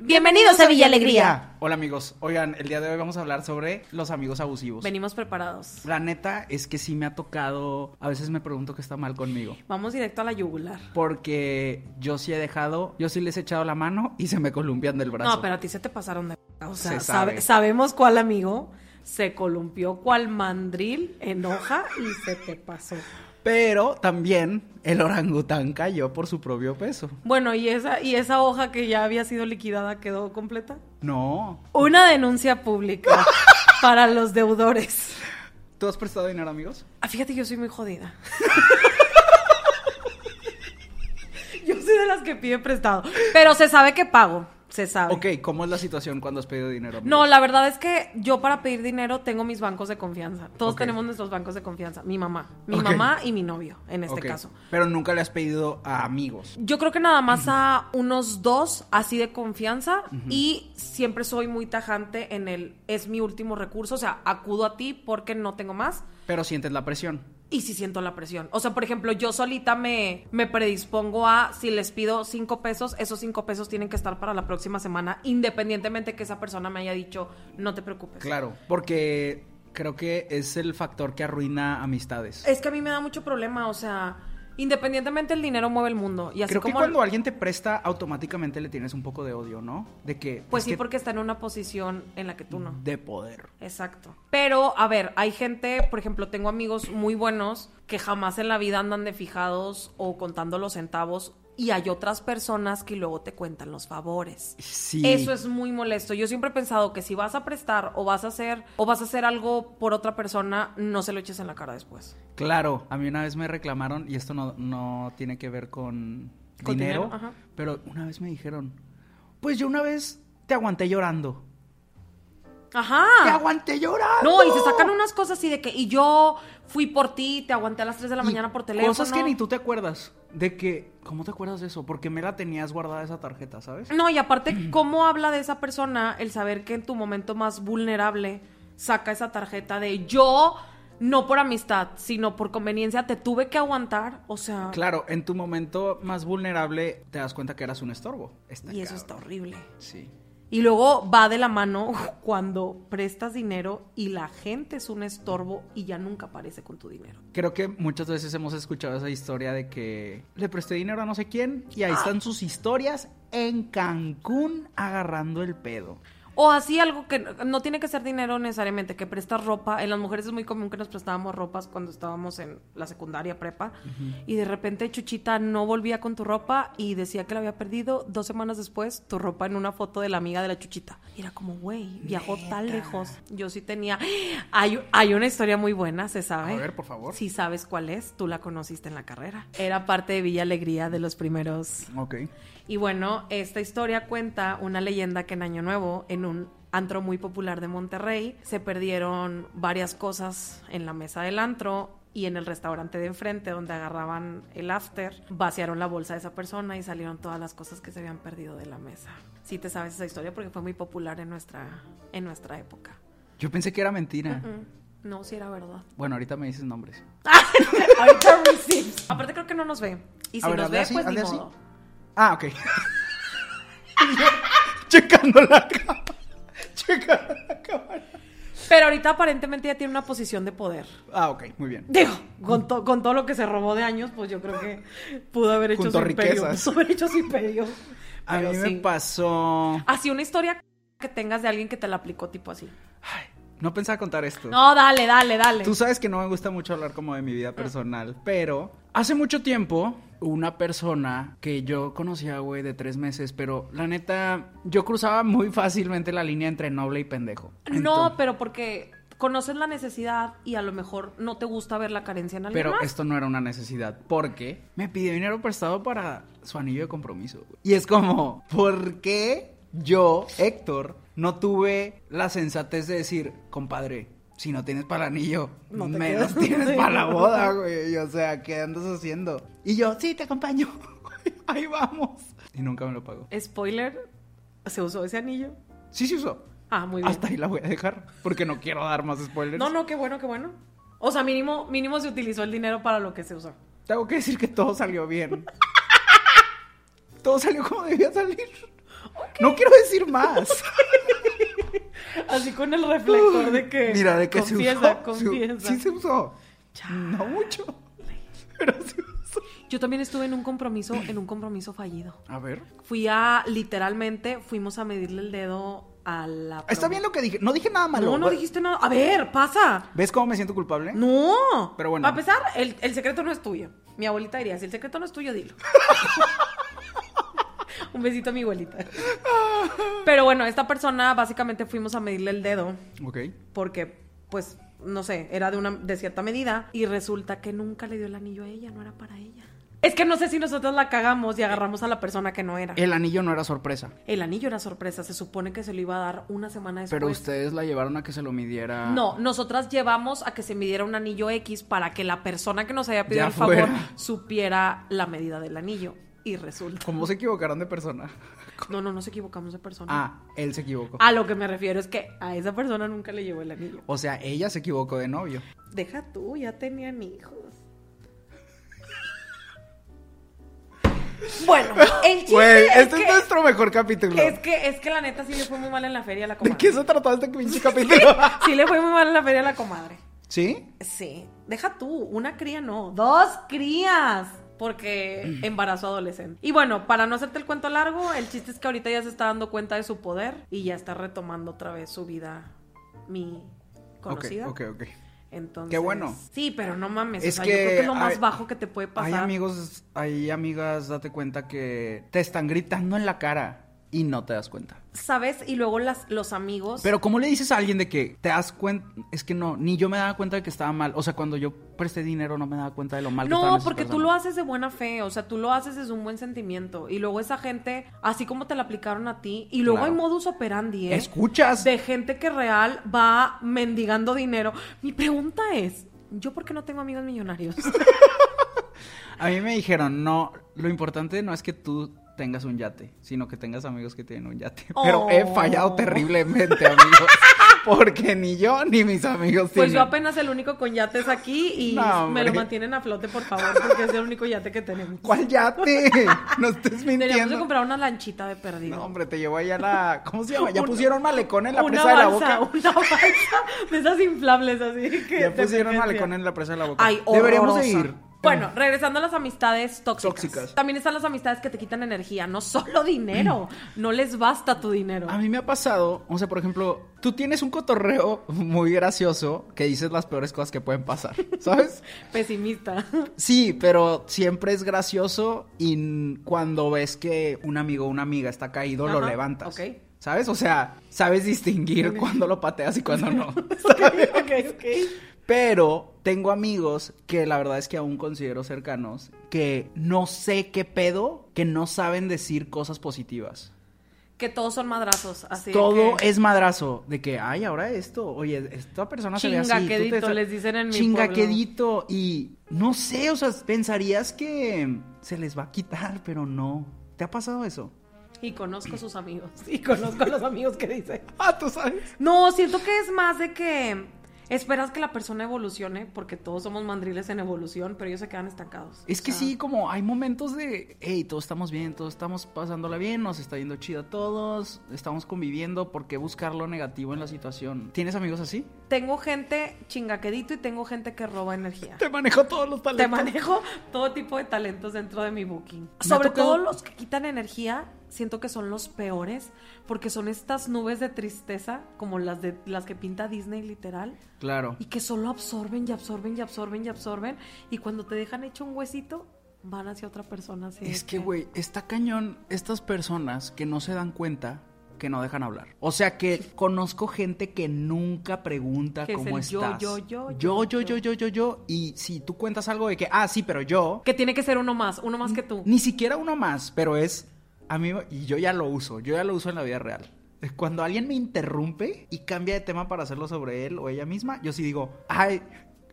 Bienvenidos a Villa Alegría. Hola amigos, oigan, el día de hoy vamos a hablar sobre los amigos abusivos. Venimos preparados. La neta es que sí me ha tocado, a veces me pregunto qué está mal conmigo. Vamos directo a la yugular. Porque yo sí he dejado, yo sí les he echado la mano y se me columpian del brazo. No, pero a ti se te pasaron de... p- O sea, Se sabe- sabe. sabemos cuál amigo se columpió, cuál mandril enoja y se te pasó. Pero también el orangután cayó por su propio peso. Bueno, ¿y esa, y esa hoja que ya había sido liquidada quedó completa? No. Una denuncia pública para los deudores. ¿Tú has prestado dinero, amigos? Ah, fíjate que yo soy muy jodida. yo soy de las que pide prestado. Pero se sabe que pago. Se sabe. Ok, ¿cómo es la situación cuando has pedido dinero? amigos? No, la verdad es que yo para pedir dinero tengo mis bancos de confianza. Todos Ok. tenemos nuestros bancos de confianza. Mi mamá. Mi Ok. mamá y mi novio, en este Ok, caso. Pero nunca le has pedido a amigos. Yo creo que nada más a unos dos así de confianza y siempre soy muy tajante en el es mi último recurso, o sea, acudo a ti porque no tengo más. Pero sientes la presión. Y si siento la presión. O sea, por ejemplo, yo solita me, me predispongo a si les pido cinco pesos, esos cinco pesos tienen que estar para la próxima semana, independientemente que esa persona me haya dicho, no te preocupes. Claro, porque creo que es el factor que arruina amistades. Es que a mí me da mucho problema, o sea, independientemente el dinero mueve el mundo. Y así Creo que como. cuando alguien te presta, automáticamente le tienes un poco de odio, ¿no? De que. Pues es sí, que Mm. porque está en una posición en la que tú no. De poder. Exacto. Pero, a ver, hay gente, por ejemplo, tengo amigos muy buenos que jamás en la vida andan de fijados o contando los centavos. Y hay otras personas que luego te cuentan los favores. Sí. Eso es muy molesto. Yo siempre he pensado que si vas a prestar o vas a hacer o vas a hacer algo por otra persona, no se lo eches en la cara después. Claro, a mí una vez me reclamaron, y esto no, no tiene que ver con, Con dinero, dinero, ajá. pero una vez me dijeron, pues yo una vez te aguanté llorando. Ajá. ¡Te aguanté llorando! Ah. No, y se sacan unas cosas así de que, y yo fui por ti, te aguanté a las 3 de la Y mañana por teléfono. Cosas que ni tú te acuerdas. De que, ¿cómo te acuerdas de eso? Porque me la tenías guardada esa tarjeta, ¿sabes? No, y aparte, ¿cómo habla de esa persona el saber que en tu momento más vulnerable saca esa tarjeta de yo, no por amistad, sino por conveniencia, te tuve que aguantar? O sea, Claro, en tu momento más vulnerable te das cuenta que eras un estorbo. Está y eso está cabrón. horrible. Sí. Y luego va de la mano cuando prestas dinero y la gente es un estorbo y ya nunca aparece con tu dinero. Creo que muchas veces hemos escuchado esa historia de que le presté dinero a no sé quién y Ah. ahí están sus historias en Cancún agarrando el pedo. O así algo que no no tiene que ser dinero necesariamente, que prestas ropa. En las mujeres es muy común que nos prestábamos ropas cuando estábamos en la secundaria prepa. Y de repente Chuchita no volvía con tu ropa y decía que la había perdido. Dos semanas después, tu ropa en una foto de la amiga de la Chuchita. Y era como, güey, viajó tan lejos. Yo sí tenía... Hay, hay una historia muy buena, se sabe. A ver, por favor. Si sabes cuál es, tú la conociste en la carrera. Era parte de Villa Alegría de los primeros Ok. y bueno, esta historia cuenta una leyenda que en Año Nuevo, en un antro muy popular de Monterrey, se perdieron varias cosas en la mesa del antro y en el restaurante de enfrente donde agarraban el after, vaciaron la bolsa de esa persona y salieron todas las cosas que se habían perdido de la mesa. Sí te sabes esa historia porque fue muy popular en nuestra, en nuestra época. Yo pensé que era mentira. Mm, No, si era verdad. Bueno, ahorita me dices nombres. Ah, Ahorita recibes. Aparte creo que no nos ve. Y si A ver, nos hazle ve, así, pues ni hazle así. modo. Ah, ok. Checando la cámara. Checando la cámara. Pero ahorita aparentemente ya tiene una posición de poder. Ah, ok, muy bien. Digo, con, to- con todo lo que se robó de años, pues yo creo que pudo haber hecho Junto su imperio. riquezas. Pudo haber hecho su imperio. A Pero mí sí. me pasó. Así una historia que tengas de alguien que te la aplicó tipo así. Ay, no pensaba contar esto. No, dale, dale, dale. Ah. Tú sabes que no me gusta mucho hablar como de mi vida personal, pero hace mucho tiempo una persona que yo conocía, güey, de tres meses, pero la neta, yo cruzaba muy fácilmente la línea entre noble y pendejo. No, Entonces- pero porque conoces la necesidad y a lo mejor no te gusta ver la carencia en alguien Pero más. esto no era una necesidad, porque me pidió dinero prestado para su anillo de compromiso. güey. Y es como, ¿por qué yo, Héctor, no tuve la sensatez de decir, compadre, si no tienes para el anillo, No te menos quedas". tienes para la boda, güey? Y, O sea, ¿qué andas haciendo? Y yo, sí, te acompaño. Ahí vamos. Y nunca me lo pagó. Spoiler, se usó ese anillo. Sí, sí usó. Ah, muy bien. Hasta ahí la voy a dejar, porque no quiero dar más spoilers. No, no, qué bueno, qué bueno. O sea, mínimo, mínimo se utilizó el dinero para lo que se usó. Tengo que decir que todo salió bien. todo salió como debía salir. No quiero decir más. Así con el reflector de que. Mira, de que confiesa, se usó. se- Confiesa, sí se usó. No mucho. Pero se usó. Yo también estuve en un compromiso, en un compromiso fallido. A ver. Fui a, literalmente, fuimos a medirle el dedo a la. Está bien lo que dije. No dije nada malo. No, no dijiste nada. A ver, pasa. ¿Ves cómo me siento culpable? No. Pero bueno. Para empezar, el, el secreto no es tuyo. Mi abuelita diría, si el secreto no es tuyo, dilo. Un besito a mi abuelita. Pero bueno, esta persona básicamente fuimos a medirle el dedo Ok. porque, pues, no sé, era de una de cierta medida y resulta que nunca le dio el anillo a ella, no era para ella. Es que no sé si nosotros la cagamos y agarramos a la persona que no era. El anillo no era sorpresa. El anillo era sorpresa, se supone que se lo iba a dar una semana después. Pero ustedes la llevaron a que se lo midiera. No, nosotras llevamos a que se midiera un anillo X para que la persona que nos había pedido Ya el favor fuera. supiera la medida del anillo. Y resulta. ¿Cómo se equivocaron de persona? No, no, nos equivocamos de persona. Ah, él se equivocó. A lo que me refiero es que a esa persona nunca le llevó el anillo. O sea, ella se equivocó de novio. Deja tú, ya tenían hijos. Bueno, el chiste Güey, es, este que, es nuestro mejor capítulo. es que es que la neta sí le fue muy mal en la feria a la ¿De comadre. qué se trató este pinche capítulo? Sí le fue muy mal en la feria a la comadre. ¿Sí? Sí, deja tú, una cría no, dos crías. Porque embarazo adolescente. Y bueno, para no hacerte el cuento largo, el chiste es que ahorita ya se está dando cuenta de su poder y ya está retomando otra vez su vida, mi conocida. Ok, ok, ok. Entonces, Qué bueno. Sí, pero no mames. Es o sea, yo creo que es lo más hay- bajo que te puede pasar. Hay amigos, hay amigas, date cuenta que te están gritando en la cara y no te das cuenta. ¿Sabes? Y luego las, los amigos. Pero ¿cómo le dices a alguien de que te das cuenta? Es que no, ni yo me daba cuenta de que estaba mal. O sea, cuando yo presté dinero no me daba cuenta de lo mal que estaban No, esas porque tú personas. lo haces de buena fe, o sea, tú lo haces desde un buen sentimiento. Y luego esa gente, así como te la aplicaron a ti, y luego Claro. hay modus operandi, ¿eh? Escuchas. De gente que real va mendigando dinero. Mi pregunta es, ¿yo por qué no tengo amigos millonarios? A mí me dijeron, no, lo importante no es que tú tengas un yate, sino que tengas amigos que tienen un yate. Pero he Oh. fallado terriblemente, amigos. Porque ni yo ni mis amigos Pues tienen. yo apenas el único con yates aquí y No, me lo hombre. mantienen a flote, por favor, porque es el único yate que tenemos. ¿Cuál yate? No estés Deberíamos de mintiendo. comprar una lanchita de perdido. No, hombre, te llevó allá la. ¿Cómo se llama? Ya Un- pusieron malecón en la una presa de la balsa, boca. una balsa de esas inflables así que Ya de pusieron emergencia. malecón en la presa de la boca. Ay, Deberíamos de horrorosa. ir. Bueno, regresando a las amistades tóxicas. Tóxicas. También están las amistades que te quitan energía, no solo dinero. No les basta tu dinero. Mm. A mí me ha pasado, o sea, por ejemplo, tú tienes un cotorreo muy gracioso que dices las peores cosas que pueden pasar, ¿sabes? Pesimista. Sí, pero siempre es gracioso y n- cuando ves que un amigo o una amiga está caído, lo Ajá, levantas. ok. ¿Sabes? O sea, sabes distinguir cuando lo pateas y cuando no. ok, ok. Pero tengo amigos que la verdad es que aún considero cercanos, que no sé qué pedo, que no saben decir cosas positivas. Que todos son madrazos, así de Todo que- es madrazo, de que, ay, ahora esto, oye, esta persona se ve así. tú te Chingaquedito, sa- les dicen en mi Chingaquedito, y no sé, o sea, pensarías que se les va a quitar, pero no. ¿Te ha pasado eso? Y conozco sus amigos. Y conozco a los amigos que dicen. Ah, tú sabes. No, siento que es más de que esperas que la persona evolucione, porque todos somos mandriles en evolución, pero ellos se quedan estancados. Es que O sea, sí, como hay momentos de, hey, todos estamos bien, todos estamos pasándola bien, nos está yendo chido a todos, estamos conviviendo, ¿por qué buscar lo negativo en la situación? ¿Tienes amigos así? Tengo gente chingaquedito y tengo gente que roba energía. Te manejo todos los talentos. Te manejo todo tipo de talentos dentro de mi booking. ha Sobre tocado- todo los que quitan energía, siento que son los peores, porque son estas nubes de tristeza, como las de las que pinta Disney literal, Claro. y que solo absorben y absorben y absorben y absorben, y cuando te dejan hecho un huesito, van hacia otra persona. así de Es que, güey, está cañón estas personas que no se dan cuenta que no dejan hablar. O sea que conozco gente que nunca pregunta Que es cómo el yo, estás. yo, yo, yo, yo, yo, yo, yo, yo, yo. Y si tú cuentas algo de que, ah, sí, pero yo, Que tiene que ser uno más, uno más que tú. ni siquiera uno más, pero es a mí y yo ya lo uso, yo ya lo uso en la vida real. Es cuando alguien me interrumpe y cambia de tema para hacerlo sobre él o ella misma, yo sí digo, "Ay,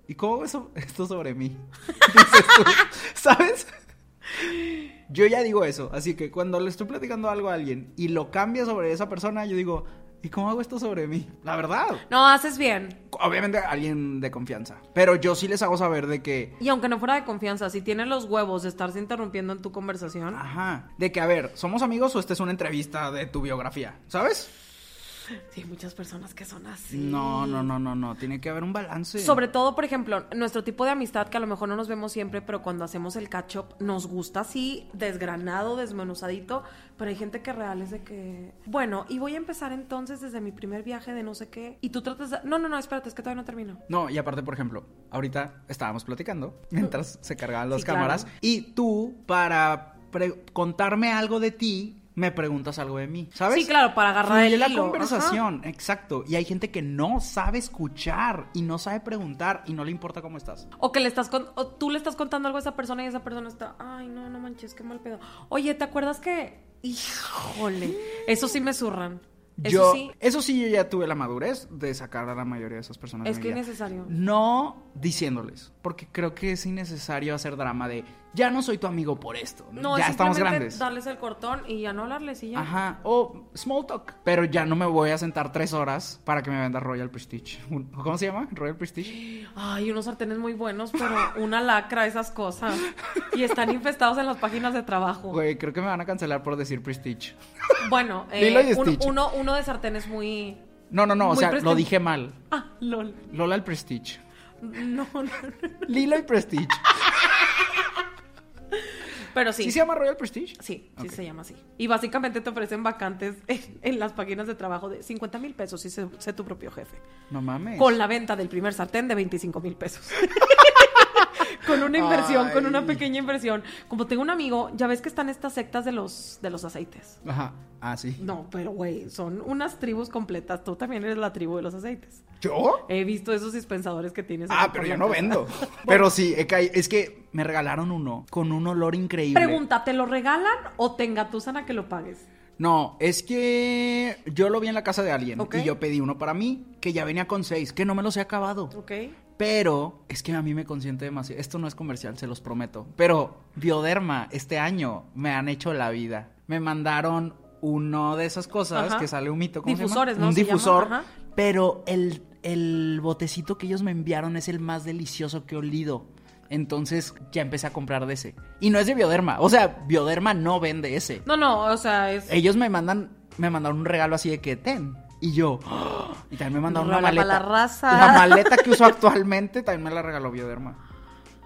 ¿y cómo eso esto sobre mí?" Dices tú, ¿sabes? Yo ya digo eso, así que cuando le estoy platicando algo a alguien y lo cambia sobre esa persona, yo digo, "¿Y cómo hago esto sobre mí?" La verdad. No, haces bien. Obviamente alguien de confianza, pero yo sí les hago saber de que Y aunque no fuera de confianza, si tienes los huevos de estarse interrumpiendo en tu conversación, Ajá. De que, a ver, ¿somos amigos o esta es una entrevista de tu biografía? ¿Sabes? sí, hay muchas personas que son así. No, no, no, no, no. Tiene que haber un balance. Sobre todo, por ejemplo, nuestro tipo de amistad que a lo mejor no nos vemos siempre, pero cuando hacemos el catch up nos gusta así, desgranado, desmenuzadito, pero hay gente que real es de que, bueno, y voy a empezar entonces desde mi primer viaje de no sé qué, y tú tratas de... No, no, no, espérate, es que todavía no termino. No, y aparte, por ejemplo, ahorita estábamos platicando mientras se cargaban las Sí, claro. cámaras. Y tú, para pre- contarme algo de ti, me preguntas algo de mí, ¿sabes? Sí, claro, para agarrar el Fluye la hilo, conversación, exacto. Y hay gente que no sabe escuchar y no sabe preguntar y no le importa cómo estás. O que le estás con- o tú le estás contando algo a esa persona y esa persona está, ay, no, no manches, qué mal pedo. Oye, ¿te acuerdas que? Híjole, eso sí me zurran. Eso yo, sí, eso sí, yo ya tuve la madurez de sacar a la mayoría de esas personas. de es mi que es vida. necesario. No diciéndoles, porque creo que es innecesario hacer drama de ya no soy tu amigo por esto. No, ya es estamos simplemente grandes. darles el cortón y ya no hablarles y ya. Ajá, o small talk. Pero ya no me voy a sentar tres horas para que me venda Royal Prestige. Un- ¿Cómo se llama? Royal Prestige. Ay, unos sartenes muy buenos, pero una lacra esas cosas. Y están infestados en las páginas de trabajo. Güey, creo que me van a cancelar por decir Prestige. Bueno, Lilo y eh, un- Stitch. uno, uno de sartenes muy... No, no, no, o Muy sea, lo prestigio. dije mal. Ah, lol. Lola el Prestige. No, no, no. Lila el Prestige. Pero ¿Sí se llama Royal Prestige? Sí, sí Ok. se llama así. Y básicamente te ofrecen vacantes en, en las páginas de trabajo de 50 mil pesos si sé, sé tu propio jefe. No mames. Con la venta del primer sartén de 25 mil pesos. con una inversión, con una Ay. pequeña inversión. Como tengo un amigo, ya ves que están estas sectas de los, de los aceites. Ajá. Ah, sí. No, pero güey, son unas tribus completas. Tú también eres la tribu de los aceites. ¿Yo? He visto esos dispensadores que tienes. Ah, aquí pero por yo la no casa. vendo. Pero sí, he caí- es que me regalaron uno con un olor increíble. Pregunta, ¿te lo regalan o te engatusan a que lo pagues? No, es que yo lo vi en la casa de alguien Ok. y yo pedí uno para mí que ya venía con seis, que no me los he acabado. ¿Ok? Pero es que a mí me consiente demasiado. Esto no es comercial, se los prometo. Pero Bioderma, este año me han hecho la vida. Me mandaron uno de esas cosas Ajá. que sale un mito. ¿cómo se llama? Difusores, ¿no? Un Se llama, difusor. ajá. Pero el, el botecito que ellos me enviaron es el más delicioso que he olido. Entonces ya empecé a comprar de ese. Y no es de Bioderma. O sea, Bioderma no vende ese. No, no, o sea, es... Ellos me mandan, me mandaron un regalo así de que ten. Y yo, ¡ah! y también me mandaron una Rola pa' maleta. la raza. La maleta que uso actualmente también me la regaló Bioderma.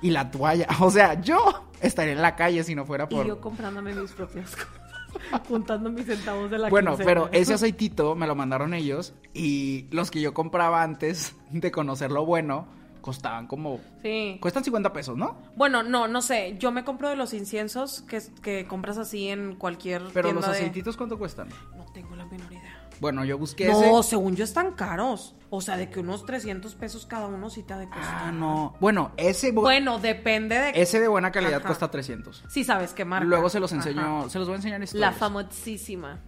Y la toalla. O sea, yo estaría en la calle si no fuera Y por. yo comprándome mis propias cosas, juntando mis centavos de la Bueno, quincena. pero ese aceitito me lo mandaron ellos. Y los que yo compraba antes de conocer lo bueno costaban como. Sí. Cuestan 50 pesos, ¿no? Bueno, no, no sé. Yo me compro de los inciensos que, que compras así en cualquier Pero tienda los de- aceititos, ¿cuánto cuestan? No tengo la menor idea. Bueno, yo busqué No, ese. según yo están caros. O sea, de que unos 300 pesos cada uno sí te ha de costar. Ah, no. Bueno, ese, bu- Bueno, depende de... ese de buena calidad Ajá. cuesta 300. Sí sabes qué marca. Luego se los Ajá. enseño, se los voy a enseñar en La stories. famosísima.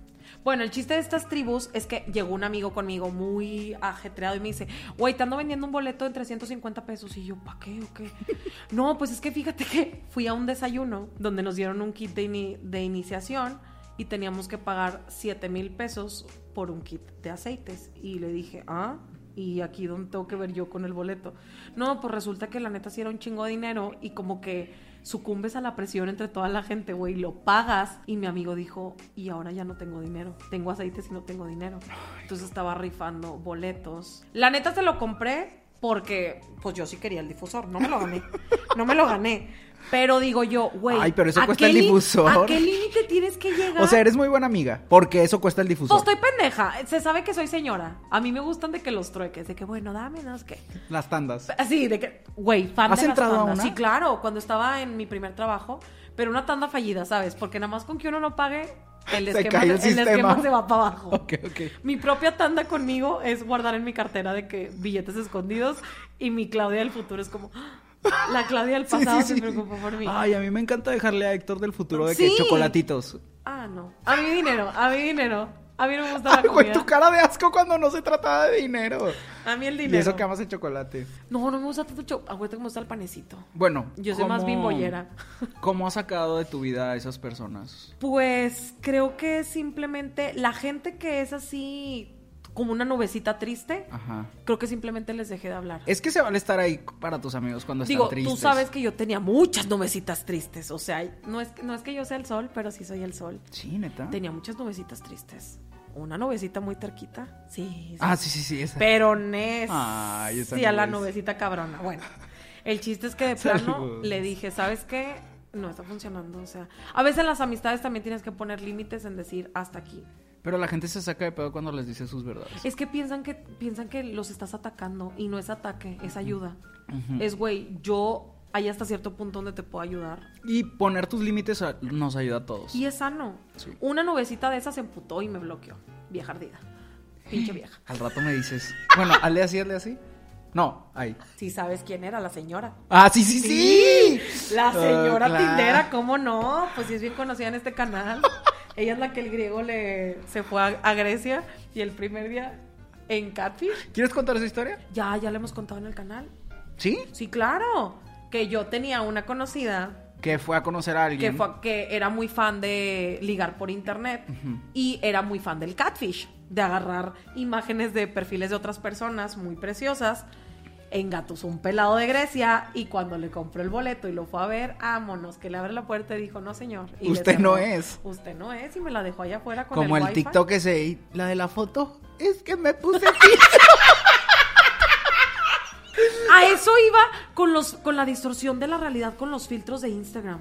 Bueno, el chiste de estas tribus es que llegó un amigo conmigo muy ajetreado y me dice, güey, te ando vendiendo un boleto en 350 pesos. Y yo, ¿pa' qué o qué? no, pues es que fíjate que fui a un desayuno donde nos dieron un kit de, ini- de iniciación y teníamos que pagar 7 mil pesos por un kit de aceites. Y le dije, ah, y aquí donde tengo que ver yo con el boleto. No, pues resulta que la neta sí era un chingo de dinero y como que sucumbes a la presión entre toda la gente, güey, lo pagas. Y mi amigo dijo, y ahora ya no tengo dinero. Tengo aceites y no tengo dinero. Entonces estaba rifando boletos. La neta se lo compré porque, pues yo sí quería el difusor. No me lo gané. No me lo gané. Pero digo yo, güey. Ay, pero eso ¿a cuesta qué el li- difusor? ¿A qué límite tienes que llegar? O sea, eres muy buena amiga, porque eso cuesta el difusor. Pues estoy pendeja. Se sabe que soy señora. A mí me gustan de que los trueques, de que bueno, dame, no sé qué. Las tandas. Así, de que, güey, fan ¿Has de las entrado a tandas. una? Sí, claro, cuando estaba en mi primer trabajo, pero una tanda fallida, ¿sabes? Porque nada más con que uno no pague, El Se esquema, cayó el el esquema sistema. se va para abajo. Ok, ok. Mi propia tanda conmigo es guardar en mi cartera de que billetes escondidos y mi Claudia del futuro es como ¡Ah! la Claudia del Sí, pasado sí, sí. se preocupó por mí. Ay, a mí me encanta dejarle a Héctor del futuro de que Sí. chocolatitos. Ah, no. A mi dinero, a mi dinero. A mí no me gusta la Ay, güey, tu comida. cara de asco cuando no se trataba de dinero. A mí el Y dinero. eso que amas el chocolate. No, no me gusta tanto el chocolate. Aguanta que me gusta el panecito. Bueno. Yo soy más bimbollera. ¿Cómo has sacado de tu vida a esas personas? Pues creo que simplemente la gente que es así como una nubecita triste, Ajá. creo que simplemente les dejé de hablar. Es que se vale estar ahí para tus amigos cuando Digo, están tristes. tú sabes que yo tenía muchas nubecitas tristes. O sea, no es, que- no es que yo sea el sol, pero sí soy el sol. Sí, neta. Tenía muchas nubecitas tristes. Una nubecita muy terquita. Sí. sí. Ah, sí, sí, sí. Esa. Pero nes. Ay, esa sí, a la nubes. nubecita cabrona. Bueno, el chiste es que de Saludos. plano le dije, ¿sabes qué? No está funcionando. O sea, a veces las amistades también tienes que poner límites en decir hasta aquí. Pero la gente se saca de pedo cuando les dice sus verdades. Es que piensan que piensan que los estás atacando y no es ataque, es ayuda. Es güey, yo hay hasta cierto punto donde te puedo ayudar. Y poner tus límites a- nos ayuda a todos. Y es sano. Sí. Una nubecita de esas se emputó y me bloqueó. Vieja ardida. Pinche vieja. Al rato me dices. Bueno, hazle así, hazle así. No, ahí. Si sabes quién era la señora. Ah, sí, sí, sí. La señora Ah, claro. Tindera, ¿cómo no? Pues sí es bien conocida en este canal. Ella es la que el griego le se fue a, a Grecia y el primer día en Catfish. ¿Quieres contar esa historia? Ya, ya le hemos contado en el canal. Sí. Sí, claro. Que yo tenía una conocida Que fue a conocer a alguien. que, fue, que era muy fan de ligar por internet y era muy fan del catfish, de agarrar imágenes de perfiles de otras personas muy preciosas. Engatusó un pelado de Grecia y cuando le compró el boleto y lo fue a ver, vámonos, que le abre la puerta y dijo, no señor. Y le Usted no cerró. es. Usted no es y me la dejó allá afuera con Como el, wifi. TikTok ese. y La de la foto. Es que me puse pizza. A eso iba con, los, con la distorsión de la realidad con los filtros de Instagram.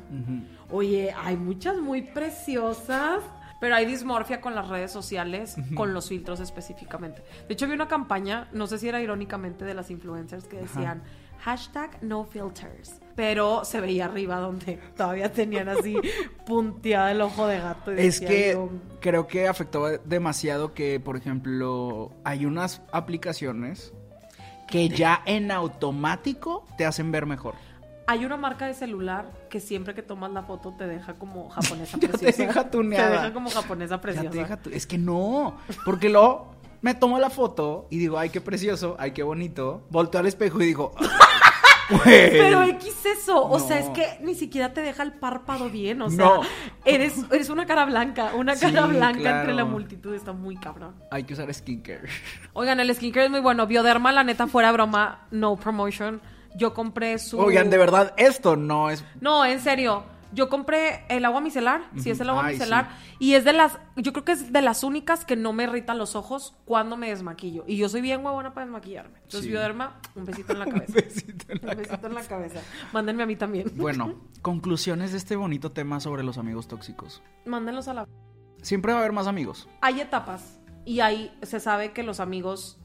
Oye, hay muchas muy preciosas, pero hay dismorfia con las redes sociales, con los filtros específicamente. De hecho, vi una campaña, no sé si era irónicamente de las influencers, que decían hashtag no filters, pero se veía arriba donde todavía tenían así punteada el ojo de gato. y Es decía que yo, creo que afectó demasiado que, por ejemplo, hay unas aplicaciones que ya en automático te hacen ver mejor. Hay una marca de celular que siempre que tomas la foto te deja como japonesa Ya te preciosa. deja tuneada. Te deja como japonesa Ya te preciosa. deja tu- Es que no, porque luego me tomo la foto y digo, ay, qué precioso, ay, qué bonito. Volto al espejo y digo, "Güey". Pero X eso, o sea, es No. que ni siquiera te deja el párpado bien, o sea, No. eres, eres una cara blanca, una Sí, cara blanca entre claro. la multitud, está muy cabrón. hay que usar skincare. Oigan, el skincare es muy bueno, Bioderma, la neta, fuera broma, no promotion, yo compré su... Oigan, de verdad, esto no es... No, en serio. Yo compré el agua micelar, si es el agua Ay, micelar, y es de las, yo creo que es de las únicas que no me irritan los ojos cuando me desmaquillo. Y yo soy bien huevona para desmaquillarme. Entonces, Sí. Bioderma, un besito en la cabeza. besito en la Un besito en la cabeza. Mándenme a mí también. Bueno, conclusiones de este bonito tema sobre los amigos tóxicos. Mándenlos a la... Siempre va a haber más amigos. Hay etapas y ahí se sabe que los amigos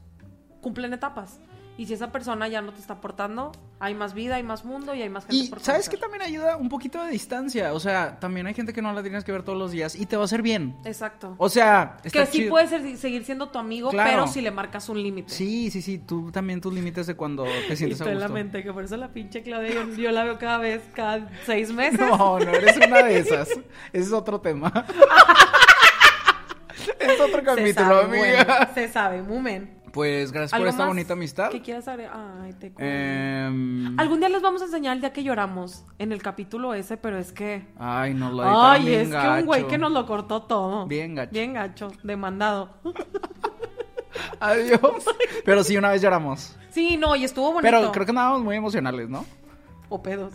cumplen etapas. Y si esa persona ya no te está aportando, hay más vida, hay más mundo y hay más gente Y por sabes que conocer. también ayuda un poquito de distancia. O sea, también hay gente que no la tienes que ver todos los días y te va a hacer bien. Exacto. O sea, está que sí chido. puedes ser- seguir siendo tu amigo, Claro. pero si le marcas un límite. Sí, sí, sí. Tú también tus límites de cuando te Y sientes a estoy en la gusto. mente, que por eso la pinche Claudia yo, yo la veo cada vez, cada seis meses. No, no eres una de esas. Ese es otro tema. es otro se capítulo, sabe, amiga. bueno, se sabe, mumen. Pues gracias por ¿Algo esta más bonita amistad. ¿Qué quieres agregar? Ay, te cuento. Em, Algún día les vamos a enseñar el día que lloramos en el capítulo ese, pero es que... Ay, nos lo editaron Ay, bien es que un güey gacho. que nos lo cortó todo. Bien gacho. Bien gacho, demandado. Adiós. Pero sí, una vez lloramos. Sí, no, y estuvo bonito. Pero creo que andábamos muy emocionales, ¿no? O pedos.